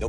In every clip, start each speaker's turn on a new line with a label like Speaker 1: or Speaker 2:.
Speaker 1: No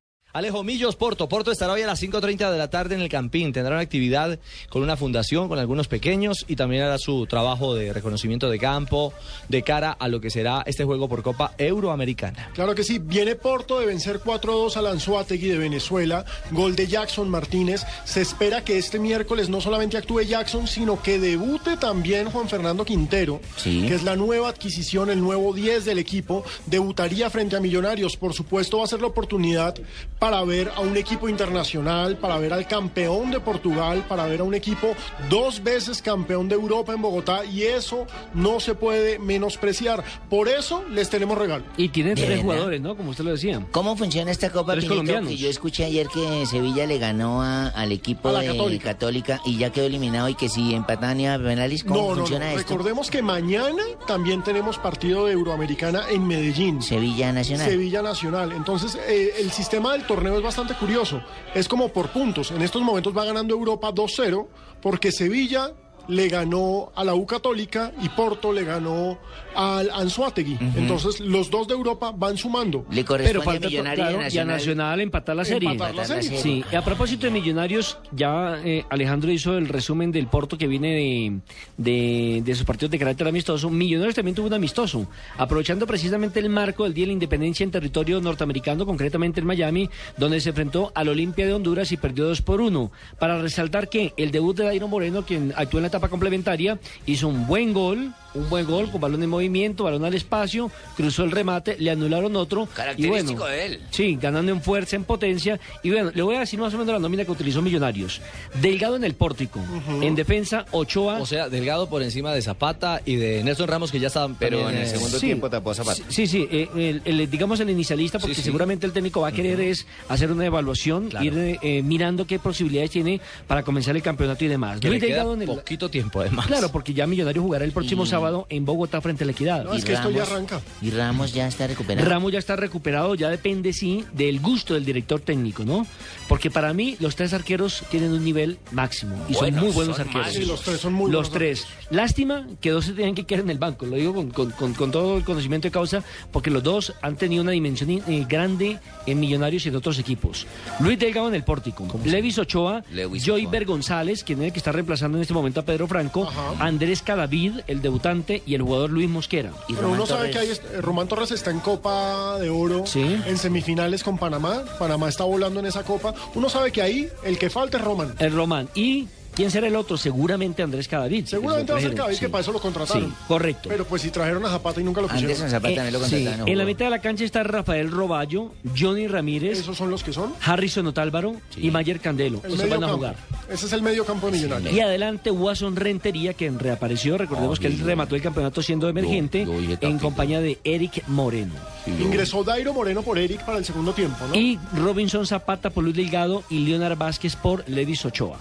Speaker 2: Alejo Millos, Porto. Porto estará hoy a las 5.30 de la tarde en el Campín. Tendrá una actividad con una fundación, con algunos pequeños y también hará su trabajo de reconocimiento de campo de cara a lo que será este juego por Copa Euroamericana.
Speaker 3: Claro que sí, viene Porto de vencer 4-2 al Anzuategui de Venezuela, gol de Jackson Martínez. Se espera que este miércoles no solamente actúe Jackson, sino que debute también Juan Fernando Quintero,
Speaker 4: Sí.
Speaker 3: que es la nueva adquisición, el nuevo 10 del equipo. Debutaría frente a Millonarios. Por supuesto, va a ser la oportunidad para ver a un equipo internacional, para ver al campeón de Portugal, para ver a un equipo dos veces campeón de Europa en Bogotá, y eso no se puede menospreciar. Por eso les tenemos regalo.
Speaker 5: Y tiene
Speaker 4: ¿De
Speaker 5: tres
Speaker 4: verdad?
Speaker 5: jugadores, ¿no? Como usted lo decía.
Speaker 4: ¿Cómo funciona esta Copa
Speaker 5: Tres
Speaker 4: Pinito?
Speaker 5: colombianos.
Speaker 4: Que yo escuché ayer que Sevilla le ganó a- al equipo
Speaker 3: A la
Speaker 4: de
Speaker 3: Católica.
Speaker 4: Católica. y ya quedó eliminado y que si empatan iba a penales, ¿cómo
Speaker 3: No, no, no.
Speaker 4: funciona esto?
Speaker 3: Recordemos que mañana también tenemos partido de Euroamericana en Medellín.
Speaker 4: Sevilla Nacional.
Speaker 3: Sevilla Nacional. Entonces, eh, el sistema del torneo es bastante curioso. Es como por puntos. En estos momentos va ganando Europa 2-0 porque Sevilla le ganó a la U Católica y Porto le ganó al Anzuategui. Entonces, los dos de Europa van sumando.
Speaker 4: Le
Speaker 5: Pero
Speaker 4: corresponde a
Speaker 5: falta
Speaker 4: Millonarios
Speaker 5: claro,
Speaker 4: y a
Speaker 5: y a
Speaker 4: Nacional.
Speaker 5: Nacional empatar la serie.
Speaker 3: Empatar la serie.
Speaker 5: Sí, y a propósito de Millonarios, ya eh, Alejandro hizo el resumen del Porto que viene de, de, de sus partidos de carácter amistoso. Millonarios también tuvo un amistoso, aprovechando precisamente el marco del Día de la Independencia en territorio norteamericano, concretamente en Miami, donde se enfrentó al Olimpia de Honduras y perdió 2 por 1. Para resaltar que el debut de Dairo Moreno, quien actuó en la etapa complementaria, hizo un buen gol, un buen gol con balón en movimiento, balón al espacio, cruzó el remate, le anularon otro. y
Speaker 6: Característico
Speaker 5: bueno,
Speaker 6: de él.
Speaker 5: Sí, ganando en fuerza, en potencia. Y bueno, le voy a decir más o menos la nómina que utilizó Millonarios. Delgado en el pórtico. En defensa, Ochoa.
Speaker 2: O sea, Delgado por encima de Zapata y de Nelson Ramos, que ya están.
Speaker 6: Pero en el segundo
Speaker 5: eh, sí.
Speaker 6: tiempo tapó a Zapata.
Speaker 5: sí, sí, eh, el, el- digamos el inicialista, porque
Speaker 2: sí.
Speaker 5: seguramente el técnico va a querer es hacer una evaluación,
Speaker 2: Claro.
Speaker 5: ir eh, eh, mirando qué posibilidades tiene para comenzar el campeonato y demás.
Speaker 2: Que
Speaker 5: Luis
Speaker 2: le queda
Speaker 5: Delgado en el-
Speaker 2: poquito tiempo, además.
Speaker 5: Claro, porque ya Millonarios jugará el próximo
Speaker 6: Mm.
Speaker 4: Y-
Speaker 5: sábado en Bogotá frente a la Equidad.
Speaker 3: No, es que esto ya arranca.
Speaker 4: Y Ramos ya está recuperado.
Speaker 5: Ramos ya está recuperado, ya depende, sí, del gusto del director técnico, ¿no? Porque para mí los tres arqueros tienen un nivel máximo y son
Speaker 6: Buenos,
Speaker 5: muy buenos
Speaker 6: son
Speaker 5: arqueros.
Speaker 3: malos. Sí, los tres son muy
Speaker 5: Los
Speaker 3: buenos
Speaker 5: tres. Lástima que dos se tengan que quedar en el banco, lo digo con, con- con- con todo el conocimiento de causa, porque los dos han tenido una dimensión eh, grande en Millonarios y en otros equipos. Luis Delgado en el pórtico, Levis Ochoa,
Speaker 6: Lewis
Speaker 5: Joy
Speaker 6: Ochoa.
Speaker 5: González, quien es el que está reemplazando en este momento a Pedro Franco, Andrés Cadavid, el debutante, y el jugador Luis Mosquera.
Speaker 4: Y
Speaker 3: Pero
Speaker 4: Román
Speaker 3: uno sabe
Speaker 4: Torres.
Speaker 3: que ahí es- eh, Román Torres está en Copa de Oro,
Speaker 5: Sí.
Speaker 3: en semifinales con Panamá. Panamá está volando en esa copa. Uno sabe que ahí el que falta es Román.
Speaker 5: El Román. ¿Y quién será el otro? Seguramente Andrés Cadavid.
Speaker 3: Seguramente va a ser Cadavid, que para eso lo contrataron.
Speaker 5: Sí, correcto.
Speaker 3: Pero pues si trajeron a Zapata y nunca lo
Speaker 4: Antes en
Speaker 3: pusieron.
Speaker 4: Zapata
Speaker 5: Eh,
Speaker 4: también lo
Speaker 5: sí,
Speaker 4: contrataron. no
Speaker 5: En la
Speaker 4: jugó.
Speaker 5: mitad de la cancha está Rafael Roballo, Johnny Ramírez,
Speaker 3: Eh, Esos son los que son.
Speaker 5: Harrison Otálvaro y Mayer Candelo.
Speaker 3: El
Speaker 5: Se
Speaker 3: medio
Speaker 5: van a
Speaker 3: campo.
Speaker 5: jugar.
Speaker 3: Ese es el medio campo de Millonarios.
Speaker 5: Y adelante Watson Rentería, quien reapareció, recordemos que él remató el campeonato siendo emergente,
Speaker 6: yo vi el
Speaker 5: en
Speaker 6: tapito.
Speaker 5: compañía de Eric Moreno.
Speaker 3: Ingresó Dairo Moreno por Eric para el segundo tiempo, ¿no?
Speaker 5: Y Robinson Zapata por Luis Delgado y Leonard Vázquez por Levis Ochoa.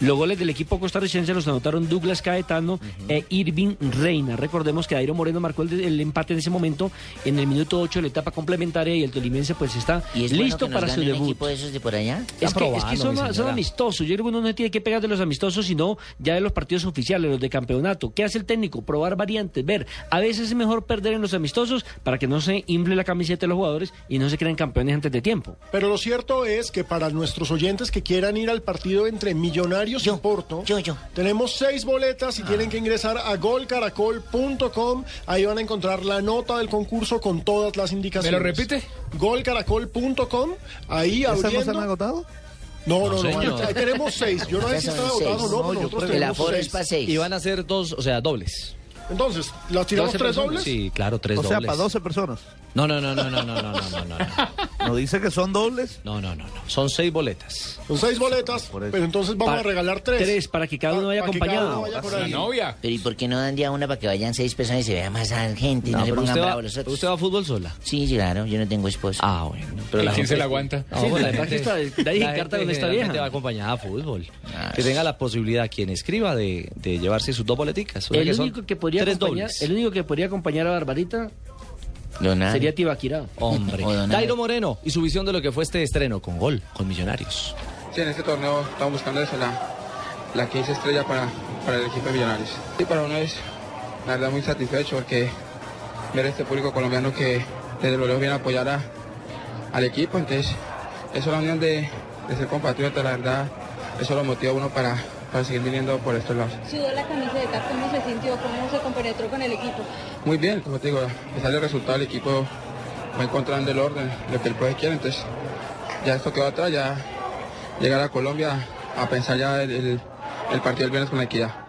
Speaker 5: Los goles del equipo costarricense los anotaron Douglas Caetano e Irving Reina. Recordemos que Dairo Moreno marcó el, el empate en ese momento en el minuto 8 de la etapa complementaria y el tolimense pues está
Speaker 4: ¿Y es bueno
Speaker 5: listo
Speaker 4: que nos
Speaker 5: para su
Speaker 4: gane un
Speaker 5: debut.
Speaker 4: equipo de esos de por allá?
Speaker 5: Es que, es
Speaker 2: probando,
Speaker 5: que son,
Speaker 2: mi
Speaker 5: son
Speaker 2: señora.
Speaker 5: amistosos. Yo creo que uno no se tiene que pegar de los amistosos, sino ya de los partidos oficiales, los de campeonato. ¿Qué hace el técnico? Probar variantes, ver. A veces es mejor perder en los amistosos para que no se infle la camiseta de los jugadores y no se crean campeones antes de tiempo.
Speaker 3: Pero lo cierto es que para nuestros oyentes que quieran ir al partido entre Millonarios y
Speaker 4: Yo,
Speaker 3: Porto,
Speaker 4: yo, yo.
Speaker 3: tenemos seis boletas y tienen que ingresar a golcaracol.com. Ahí van a encontrar la nota del concurso con todas las indicaciones.
Speaker 6: ¿Me lo repite?
Speaker 3: Golcaracol.com. Ahí
Speaker 7: ¿Esas no se han
Speaker 3: abriendo.
Speaker 7: agotado?
Speaker 3: No, no, no.
Speaker 2: señor.
Speaker 3: ahí tenemos seis. Yo no sé si
Speaker 4: Esas
Speaker 3: están
Speaker 4: son
Speaker 3: agotados
Speaker 4: seis.
Speaker 3: o no. pero Nosotros
Speaker 4: El
Speaker 3: tenemos
Speaker 4: aforo
Speaker 3: seis.
Speaker 4: es para seis.
Speaker 2: Y van a ser dos, o sea, dobles.
Speaker 3: Entonces, ¿las tiramos
Speaker 2: ¿Doce
Speaker 3: tres
Speaker 2: personas?
Speaker 3: dobles?
Speaker 2: Sí, claro, tres
Speaker 7: O
Speaker 2: dobles.
Speaker 7: sea, para 12 personas.
Speaker 2: No, no, no, no, no, no, no, no, no, no,
Speaker 6: ¿No dice que son dobles?
Speaker 2: no, no, no, no. Son seis boletas.
Speaker 3: Son seis boletas,
Speaker 6: Por eso.
Speaker 3: pero entonces vamos
Speaker 5: Pa-
Speaker 3: a regalar tres.
Speaker 5: tres, para que cada uno vaya
Speaker 3: que cada
Speaker 5: acompañado.
Speaker 3: uno vaya por
Speaker 7: La
Speaker 3: ahí.
Speaker 7: novia.
Speaker 4: Pero ¿y por qué no dan día una para que vayan seis personas y se vea más gente y no, se
Speaker 2: pero
Speaker 4: pongan
Speaker 2: usted va,
Speaker 4: bravos los otros?
Speaker 2: usted va a fútbol sola.
Speaker 4: Sí, claro, yo no tengo esposo.
Speaker 2: Ah, bueno.
Speaker 7: ¿Y quién se la aguanta?
Speaker 2: No,
Speaker 5: Sí,
Speaker 2: pues,
Speaker 5: la verdad que está- está ahí en carta con esta
Speaker 2: generalmente
Speaker 5: vieja.
Speaker 2: va acompañada a fútbol.
Speaker 4: Ah,
Speaker 2: que
Speaker 4: sí.
Speaker 2: tenga la posibilidad, quien escriba, de, de llevarse sus dos boleticas. O sea
Speaker 5: El
Speaker 2: que son
Speaker 5: único, que podría
Speaker 2: tres
Speaker 5: acompañar,
Speaker 2: dobles. Ah.
Speaker 5: el único que podría acompañar a Barbarita
Speaker 4: Leonardo.
Speaker 5: sería Tibaquirá.
Speaker 2: Hombre.
Speaker 4: O donar.
Speaker 2: Dairo Moreno y su visión de lo que fue este estreno con gol, con Millonarios.
Speaker 8: Sí, en este torneo estamos buscando eso, la, la 15 estrella para, para el equipo de Millonarios. Y para uno es, la verdad, muy satisfecho porque ver este público colombiano que desde luego viene a apoyar a- al equipo. Entonces, eso es la unión de, de ser compatriotas, la verdad, eso lo motiva a uno para, para seguir viniendo por estos lados.
Speaker 9: sudó la camiseta, cómo se sintió, cómo se compenetró con el equipo.
Speaker 8: Muy bien, como te digo, a pesar del resultado, el equipo va encontrando el orden, lo que el profe quiere, entonces ya esto quedó atrás, ya llegar a Colombia a pensar ya el, el- el partido del viernes con la equidad.